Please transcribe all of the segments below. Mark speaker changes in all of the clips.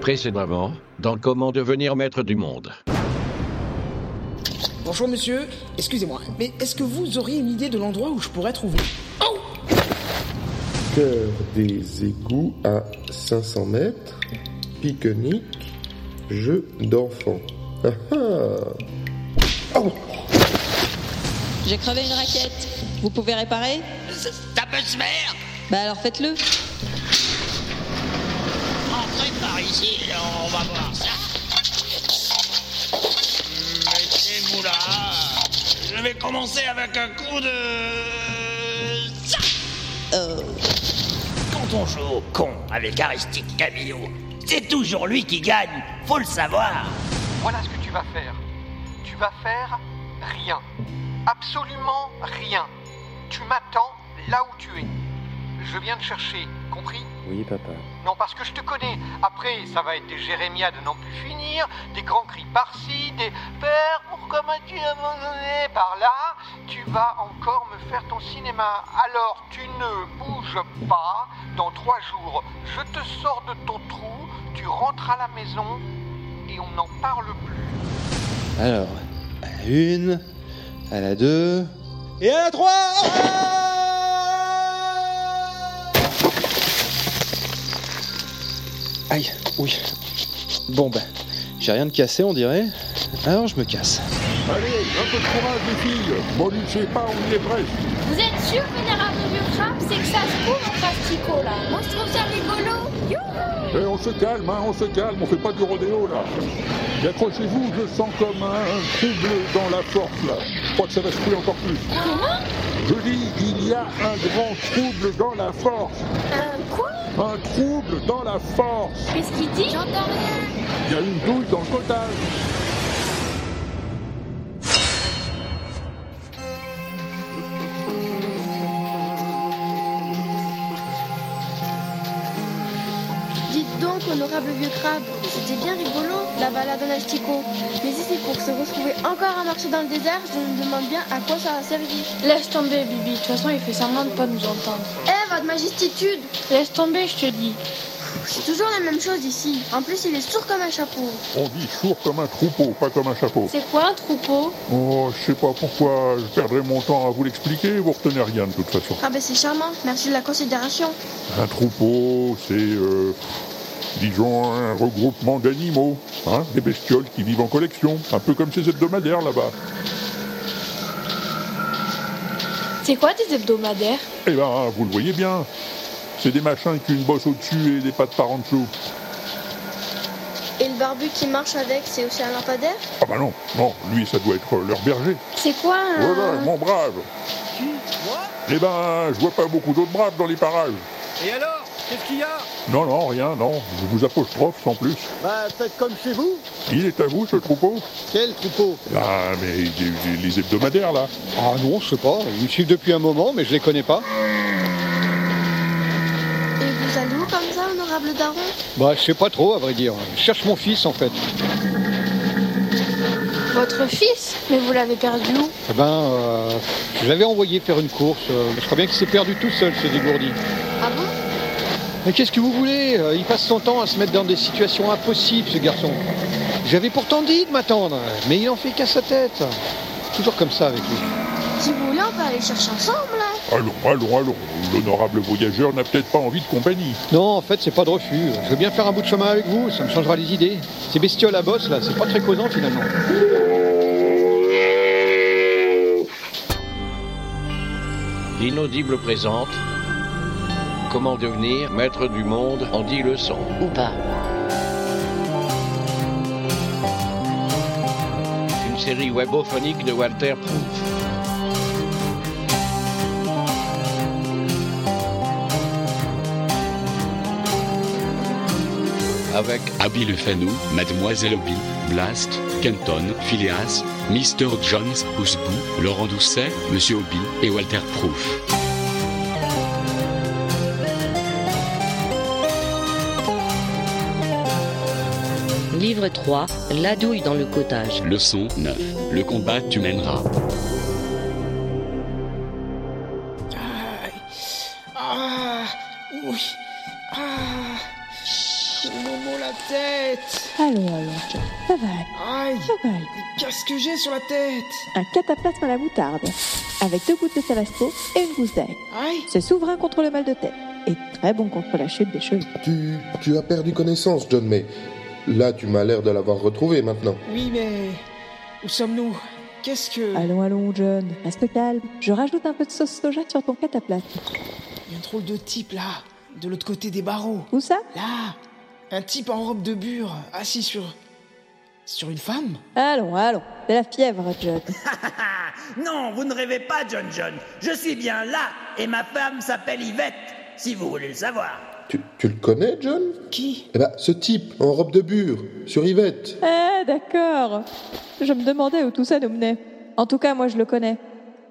Speaker 1: précédemment dans Comment devenir maître du monde.
Speaker 2: Bonjour monsieur, excusez-moi, mais est-ce que vous auriez une idée de l'endroit où je pourrais trouver Oh
Speaker 3: Cœur des égouts à 500 mètres, pique-nique, jeu d'enfant. Ah ah Oh
Speaker 4: J'ai crevé une raquette. Vous pouvez réparer
Speaker 5: Ta se merde
Speaker 4: Bah alors faites-le.
Speaker 5: Entrez par ici, on va voir ça. Mettez-vous là. Je vais commencer avec un coup de... Ça
Speaker 4: Oh.
Speaker 5: Euh. Quand on joue au con avec Aristique Camillo, c'est toujours lui qui gagne, faut le savoir.
Speaker 6: Voilà ce que tu vas faire. Tu vas faire rien. Absolument rien. Tu m'attends là où tu es. Je viens te chercher, compris
Speaker 7: Oui, papa.
Speaker 6: Non, parce que je te connais. Après, ça va être des Jérémia de n'en plus finir, des grands cris par-ci, des Père, pourquoi m'as-tu abandonné par là Tu vas encore me faire ton cinéma. Alors, tu ne bouges pas. Dans trois jours, je te sors de ton trou, tu rentres à la maison et on n'en parle plus.
Speaker 7: Alors, à la une, à la deux, et à la trois Ah Aïe, oui. Bon ben, j'ai rien de cassé on dirait. Alors je me casse.
Speaker 8: Allez, un peu de courage les filles Bon, ne sais pas, on y est presque
Speaker 9: Vous êtes sûr que les rames de Burkham, c'est que ça se trouve en fastico là Moi je trouve ça rigolo Youhou
Speaker 8: Eh, on se calme, hein, on se calme, on fait pas du rodéo là Et accrochez-vous, je sens comme un, un trouble dans la force là Je crois que ça va secouer encore plus
Speaker 9: Comment
Speaker 8: Je dis, il y a un grand trouble dans la force
Speaker 9: Un Euh, quoi
Speaker 8: Un trouble dans la force
Speaker 9: Qu'est-ce qu'il dit J'entends rien
Speaker 8: Il y a une douille dans le cottage
Speaker 10: Dites donc, honorable vieux crabe, c'était bien rigolo la balade en Astico. Mais si c'est pour se retrouver encore à marcher dans le désert, je me demande bien à quoi ça va servir.
Speaker 11: Laisse tomber, Bibi. De toute façon, il fait semblant de pas nous entendre.
Speaker 10: Eh, votre majestitude
Speaker 11: Laisse tomber, je te dis.
Speaker 10: C'est toujours la même chose ici. En plus, il est sourd comme un chapeau.
Speaker 8: On vit sourd comme un troupeau, pas comme un chapeau
Speaker 11: C'est quoi un troupeau
Speaker 8: Oh, je sais pas pourquoi, je perdrai mon temps à vous l'expliquer, vous retenez rien de toute façon
Speaker 10: Ah ben c'est charmant, merci de la considération.
Speaker 8: Un troupeau, c'est, euh, disons, un regroupement d'animaux, hein, des bestioles qui vivent en collection, un peu comme ces hebdomadaires là-bas.
Speaker 11: C'est quoi des hebdomadaires
Speaker 8: Eh ben, vous le voyez bien, c'est des machins avec une bosse au-dessus et des pattes par en dessous.
Speaker 10: Et le barbu qui marche avec, c'est aussi un lampadaire
Speaker 8: Ah bah non, non, lui, ça doit être leur berger.
Speaker 10: C'est quoi
Speaker 12: Ah.
Speaker 10: un...
Speaker 8: Voilà, mon brave Eh ben, je vois pas beaucoup d'autres braves dans les parages.
Speaker 12: Et alors Qu'est-ce qu'il y a
Speaker 8: Non, non, rien, non, je vous apostrophe sans plus.
Speaker 12: Bah faites comme chez vous.
Speaker 8: Il est à vous, ce troupeau
Speaker 12: Quel troupeau
Speaker 8: Ah, mais des- des- les hebdomadaires, là.
Speaker 12: Ah non, je sais pas. Ils me suivent depuis un moment, mais je les connais pas.
Speaker 10: Et vous allez où comme ça, honorable daron
Speaker 12: Bah je sais pas trop, à vrai dire. Je cherche mon fils en fait.
Speaker 11: Votre fils Mais vous l'avez perdu où
Speaker 12: Eh ben, euh, je l'avais envoyé faire une course. euh, Je crois bien qu'il s'est perdu tout seul, ce dégourdi.
Speaker 10: Ah bon
Speaker 12: Mais qu'est-ce que vous voulez Euh, Il passe son temps à se mettre dans des situations impossibles, ce garçon. J'avais pourtant dit de m'attendre, mais il en fait qu'à sa tête. Toujours comme ça avec lui.
Speaker 10: Si vous voulez, on peut aller chercher ensemble. hein.
Speaker 8: Allons, allons, allons. L'honorable voyageur n'a peut-être pas envie de compagnie.
Speaker 12: Non, en fait, c'est pas de refus. Je veux bien faire un bout de chemin avec vous, ça me changera les idées. Ces bestioles à bosse, là, c'est pas très causant finalement.
Speaker 1: L'inaudible présente Comment devenir maître du monde en 10 leçons.
Speaker 4: Ou pas.
Speaker 1: Une série webophonique de Walter Proof. Avec
Speaker 13: Abby Lefano, Mademoiselle Obi, Blast, Kenton, Phileas, Mr. Jones, Ousbou, Laurent Doucet, Monsieur Obi et Walter Proof.
Speaker 4: Livre 3, la douille dans le cottage.
Speaker 13: Leçon 9. Le combat tu mèneras.
Speaker 2: Aïe. Ah, oui. Ah, tout mon mot là. la tête
Speaker 14: Allons, allons, John. Avale.
Speaker 2: Aïe
Speaker 14: Avale.
Speaker 2: Qu'est-ce que j'ai sur la tête
Speaker 14: Un cataplasme à la moutarde, avec deux gouttes de tabasco et une gousse d'ail.
Speaker 2: Aïe
Speaker 14: C'est souverain contre le mal de tête et très bon contre la chute des cheveux.
Speaker 3: Tu, tu as perdu connaissance, John, mais là, tu m'as l'air de l'avoir retrouvé maintenant.
Speaker 2: Oui, mais... Où sommes-nous Qu'est-ce que...
Speaker 14: Allons, allons, John. Reste calme. Je rajoute un peu de sauce soja sur ton cataplasme.
Speaker 2: Il y a un drôle de type, là, de l'autre côté des barreaux.
Speaker 14: Où ça
Speaker 2: Là Un type en robe de bure, assis sur... Sur une femme
Speaker 14: Allons, allons. C'est la fièvre, John.
Speaker 5: non, vous ne rêvez pas, John John. Je suis bien là et ma femme s'appelle Yvette, si vous voulez le savoir.
Speaker 3: Tu, tu le connais, John
Speaker 2: Qui
Speaker 3: Eh ben, ce type, en robe de bure, sur Yvette.
Speaker 14: Ah, d'accord. Je me demandais où tout ça nous menait. En tout cas, moi, je le connais.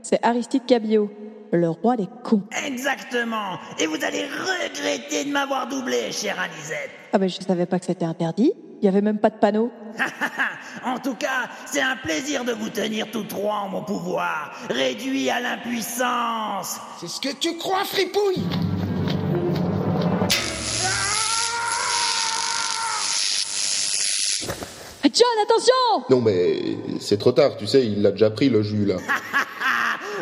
Speaker 14: C'est Aristide Cabillaud, le roi des cons.
Speaker 5: Exactement. Et vous allez regretter de m'avoir doublé, chère Anisette.
Speaker 14: Ah, ben, je savais pas que c'était interdit. Il y avait même pas de panneau.
Speaker 5: en tout cas, c'est un plaisir de vous tenir tous trois en mon pouvoir, réduit à l'impuissance.
Speaker 2: C'est ce que tu crois, fripouille
Speaker 14: John, attention
Speaker 3: Non, mais c'est trop tard, tu sais, il l'a déjà pris, le jus, là.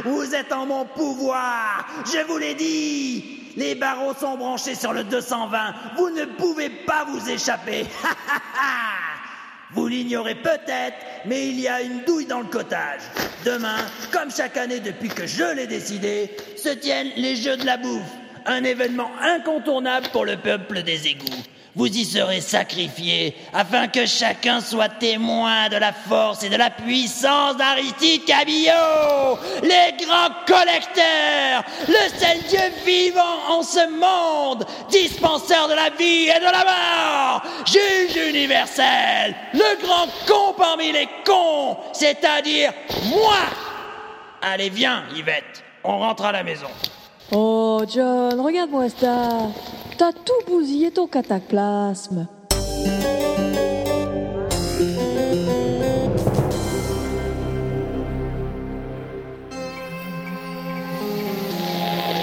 Speaker 5: Vous êtes en mon pouvoir, je vous l'ai dit. Les barreaux sont branchés sur le 220. Vous ne pouvez pas vous échapper. vous l'ignorez peut-être, mais il y a une douille dans le cottage. Demain, comme chaque année depuis que je l'ai décidé, se tiennent les Jeux de la bouffe. Un événement incontournable pour le peuple des égouts. Vous y serez sacrifiés afin que chacun soit témoin de la force et de la puissance d'Aristide Cabillaud, les grands collecteurs, le seul Dieu vivant en ce monde, dispenseur de la vie et de la mort, juge universel, le grand con parmi les cons, c'est-à-dire moi. Allez, viens, Yvette, on rentre à la maison.
Speaker 14: Oh, John, regarde-moi ça. T'as tout bousillé ton cataplasme.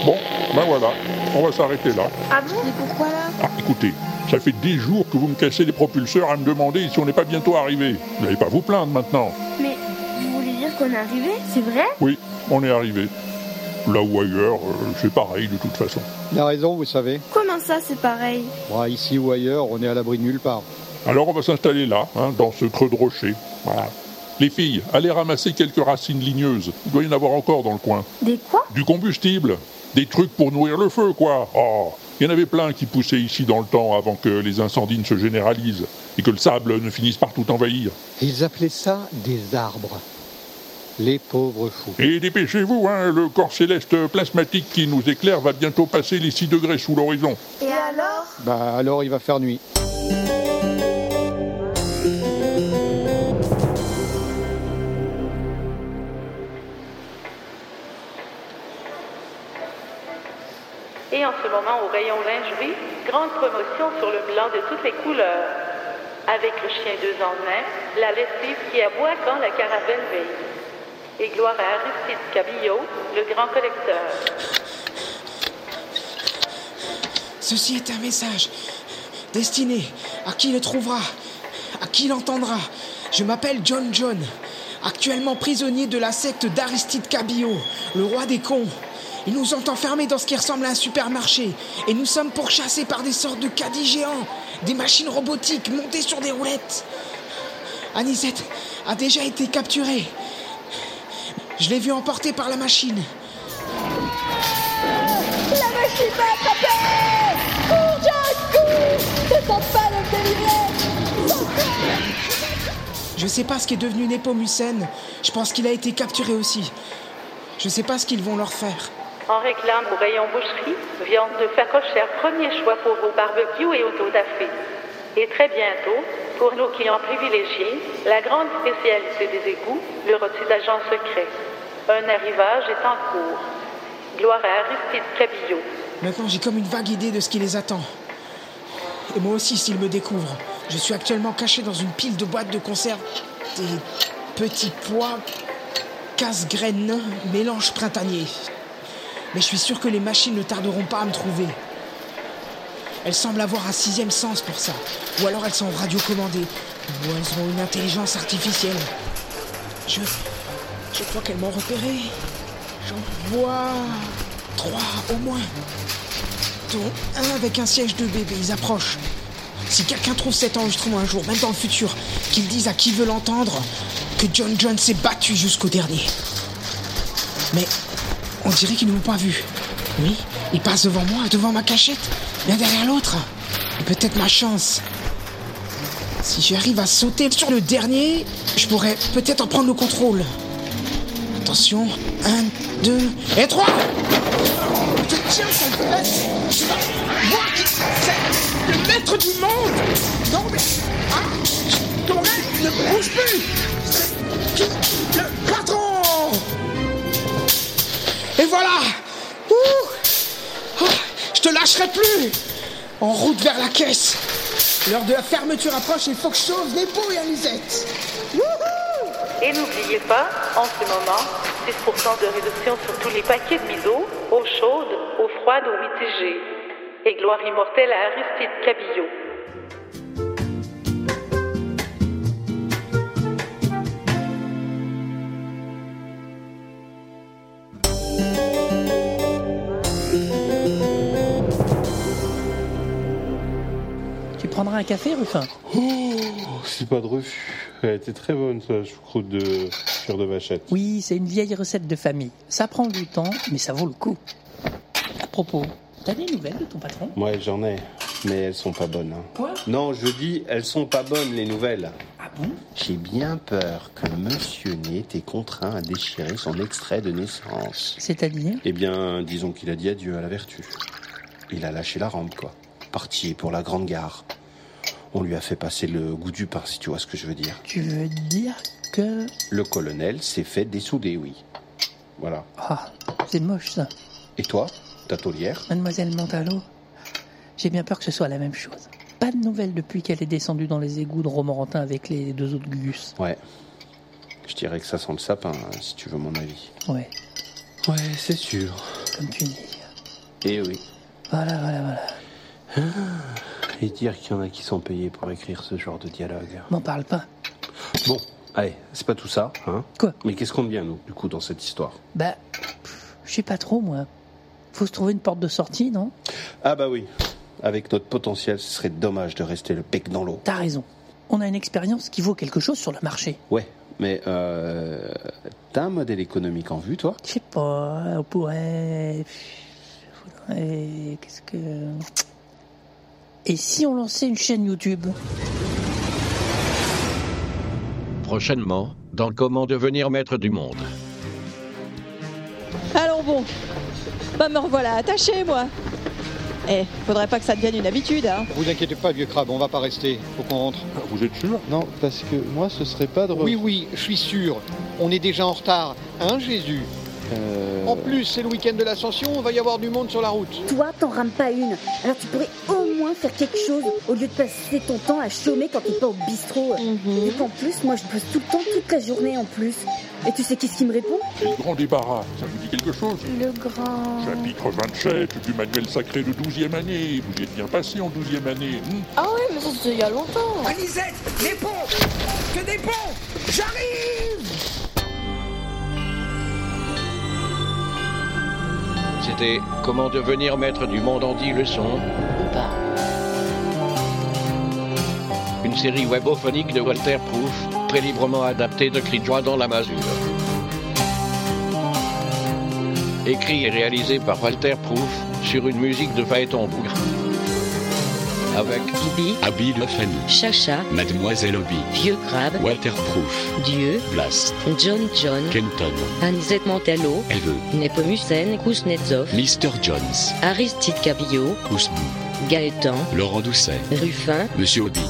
Speaker 8: Bon, ben voilà, on va s'arrêter là.
Speaker 10: Ah bon Mais pourquoi là
Speaker 8: Ah, écoutez, ça fait des jours que vous me cassez les propulseurs à me demander si on n'est pas bientôt arrivé. Vous n'allez pas vous plaindre maintenant.
Speaker 10: Mais vous voulez dire qu'on est arrivé C'est vrai
Speaker 8: Oui, on est arrivé. Là ou ailleurs, euh, c'est pareil de toute façon.
Speaker 12: Il a raison, vous savez.
Speaker 10: Comment ça, c'est pareil
Speaker 12: Bah, ici ou ailleurs, on est à l'abri de nulle part.
Speaker 8: Alors on va s'installer là, hein, dans ce creux de rocher. Voilà. Les filles, allez ramasser quelques racines ligneuses. Il doit y en avoir encore dans le coin.
Speaker 10: Des quoi
Speaker 8: Du combustible. Des trucs pour nourrir le feu, quoi. Oh, il y en avait plein qui poussaient ici dans le temps avant que les incendies ne se généralisent et que le sable ne finisse par tout envahir.
Speaker 12: Ils appelaient ça des arbres. Les pauvres fous.
Speaker 8: Et dépêchez-vous, hein, le corps céleste plasmatique qui nous éclaire va bientôt passer les 6 degrés sous l'horizon.
Speaker 10: Et alors
Speaker 12: Bah, alors il va faire nuit.
Speaker 15: Et en ce moment, au rayon lingerie, grande promotion sur le blanc de toutes les couleurs. Avec le chien deux en un, la lessive qui aboie quand la caravelle veille. Et gloire à Aristide Cabillaud, le grand collecteur.
Speaker 2: Ceci est un message destiné à qui le trouvera, à qui l'entendra. Je m'appelle John John, actuellement prisonnier de la secte d'Aristide Cabillaud, le roi des cons. Ils nous ont enfermés dans ce qui ressemble à un supermarché et nous sommes pourchassés par des sortes de caddies géants, des machines robotiques montées sur des roulettes. Anisette a déjà été capturée. Je l'ai vue emportée par la machine.
Speaker 9: La machine m'a attrapé Cours, John, cours Ne tente pas de me délivrer
Speaker 2: Je sais pas ce qu'est devenu Nepomucène. Je pense qu'il a été capturé aussi. Je sais pas ce qu'ils vont leur faire.
Speaker 15: On réclame au rayon boucherie viande de facochère, premier choix pour vos barbecues et autos café. Et très bientôt, pour nos clients privilégiés, la grande spécialité des égouts, le rôti d'agent secret. Un arrivage est en cours. Gloire à Aristide Cabillaud.
Speaker 2: Maintenant, j'ai comme une vague idée de ce qui les attend. Et moi aussi, s'ils me découvrent. Je suis actuellement caché dans une pile de boîtes de conserve. Des petits pois, casse-graines, mélange printanier. Mais je suis sûr que les machines ne tarderont pas à me trouver. Elles semblent avoir un sixième sens pour ça. Ou alors elles sont radiocommandées. Ou elles ont une intelligence artificielle. Je. Je crois qu'elles m'ont repéré. J'en vois. Trois au moins. Dont un avec un siège de bébé. Ils approchent. Si quelqu'un trouve cet enregistrement un jour, même dans le futur, qu'il dise à qui veut l'entendre que John John s'est battu jusqu'au dernier. Mais on dirait qu'ils ne m'ont pas vu. Oui, ils passent devant moi, devant ma cachette, l'un derrière l'autre. Et peut-être ma chance. Si j'arrive à sauter sur le dernier, je pourrais peut-être en prendre le contrôle. Attention, un, deux et trois Tiens, ça C'est moi qui... C'est le maître du monde Non mais... Ah Ton rêve ne bouge plus C'est qui Le patron Et voilà Ouh Ah, Je te lâcherai plus En route vers la caisse L'heure de la fermeture approche, il faut que je sauve les bouilles à Lisette Wouhou
Speaker 15: Et n'oubliez pas, en ce moment, 10% de réduction sur tous les paquets de miso, eau chaude, eau froide ou mitigée. Et gloire immortelle à Aristide Cabillot.
Speaker 16: Tu prendras un café, Ruffin
Speaker 17: Oh, c'est pas de refus. Elle était très bonne, ça, choucroute de cure de vachette.
Speaker 16: Oui, c'est une vieille recette de famille. Ça prend du temps, mais ça vaut le coup. À propos, t'as des nouvelles de ton patron
Speaker 17: Ouais, j'en ai. Mais elles sont pas bonnes. hein.
Speaker 16: Quoi
Speaker 17: Non, je dis, elles sont pas bonnes, les nouvelles. Ah
Speaker 16: bon
Speaker 17: J'ai bien peur que monsieur n'ait été contraint à déchirer son extrait de naissance.
Speaker 16: C'est-à-dire
Speaker 17: Eh bien, disons qu'il a dit adieu à la vertu. Il a lâché la rampe, quoi. Parti pour la grande gare. On lui a fait passer le goût du pain, si tu vois ce que je veux dire.
Speaker 16: Tu veux dire que...
Speaker 17: Le colonel s'est fait dessouder, oui. Voilà.
Speaker 16: Ah, c'est moche ça.
Speaker 17: Et toi, ta taulière
Speaker 16: Mademoiselle Montalo, j'ai bien peur que ce soit la même chose. Pas de nouvelles depuis qu'elle est descendue dans les égouts de Romorantin avec les deux autres Gugus.
Speaker 17: Ouais. Je dirais que ça sent le sapin, hein, si tu veux mon avis.
Speaker 16: Ouais,
Speaker 17: Ouais, c'est sûr.
Speaker 16: comme tu dis.
Speaker 17: Eh oui.
Speaker 16: Voilà, voilà, voilà.
Speaker 17: Ah, Et dire qu'il y en a qui sont payés pour écrire ce genre de dialogue.
Speaker 16: M'en parle pas.
Speaker 17: Bon, allez, c'est pas tout ça, hein
Speaker 16: Quoi
Speaker 17: Mais qu'est-ce qu'on devient, nous, du coup, dans cette histoire
Speaker 16: Bah, pff, je sais pas trop, moi. Faut se trouver une porte de sortie, non
Speaker 17: Ah bah oui, avec notre potentiel, ce serait dommage de rester le bec dans l'eau.
Speaker 16: T'as raison. On a une expérience qui vaut quelque chose sur le marché.
Speaker 17: Ouais, mais euh, t'as un modèle économique en vue, toi
Speaker 16: Je sais pas, on pourrait. faudrait- Qu'est-ce que. Et si on lançait une chaîne YouTube
Speaker 1: Prochainement, dans Comment devenir maître du monde.
Speaker 18: Alors bon, bah me revoilà attaché moi. Eh, faudrait pas que ça devienne une habitude, hein.
Speaker 12: Vous inquiétez pas, vieux crabe, on va pas rester. Faut qu'on rentre.
Speaker 8: Vous êtes sûr
Speaker 12: Non, parce que moi, ce serait pas drôle. Oui, oui, je suis sûr. On est déjà en retard. Hein, Jésus En plus, c'est le week-end de l'ascension, on va y avoir du monde sur la route.
Speaker 19: Toi, t'en rames pas une. Alors tu pourrais au moins faire quelque chose au lieu de passer ton temps à chômer quand t'es pas au bistrot.
Speaker 18: Mhm.
Speaker 19: Et qu'en plus, moi, je bosse tout le temps, toute la journée en plus. Et tu sais qu'est-ce qui me répond
Speaker 8: Et le grand débarras, ça vous dit quelque chose
Speaker 19: Le grand.
Speaker 8: Chapitre 27 du manuel sacré de 12e année. Vous y êtes bien passé en 12e année. hmm
Speaker 2: Ah oui, mais ça c'est il y a longtemps Lisette, les ponts Que des ponts J'arrive
Speaker 1: C'était Comment devenir maître du monde en 10 leçons. Une série webophonique de Walter Proof, très librement adaptée de Cri de joie dans la masure. Écrit et réalisé par Walter Proof sur une musique de Phaéton Bougre. Avec
Speaker 13: Bibi, Abby de Fanny,
Speaker 20: Chacha,
Speaker 13: Mademoiselle Obi,
Speaker 20: Vieux Crabe,
Speaker 13: Waterproof,
Speaker 20: Dieu,
Speaker 13: Blast,
Speaker 20: John John,
Speaker 13: Kenton,
Speaker 20: Anisette Mantello,
Speaker 13: Eve,
Speaker 20: Nepomucène Kuznetsov,
Speaker 13: Mr. Jones,
Speaker 20: Aristide Cabillot,
Speaker 13: Ousbou,
Speaker 20: Gaëtan,
Speaker 13: Laurent Doucet,
Speaker 20: Ruffin,
Speaker 13: Monsieur Obi.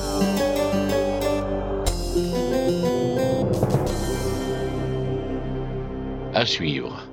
Speaker 1: à suivre.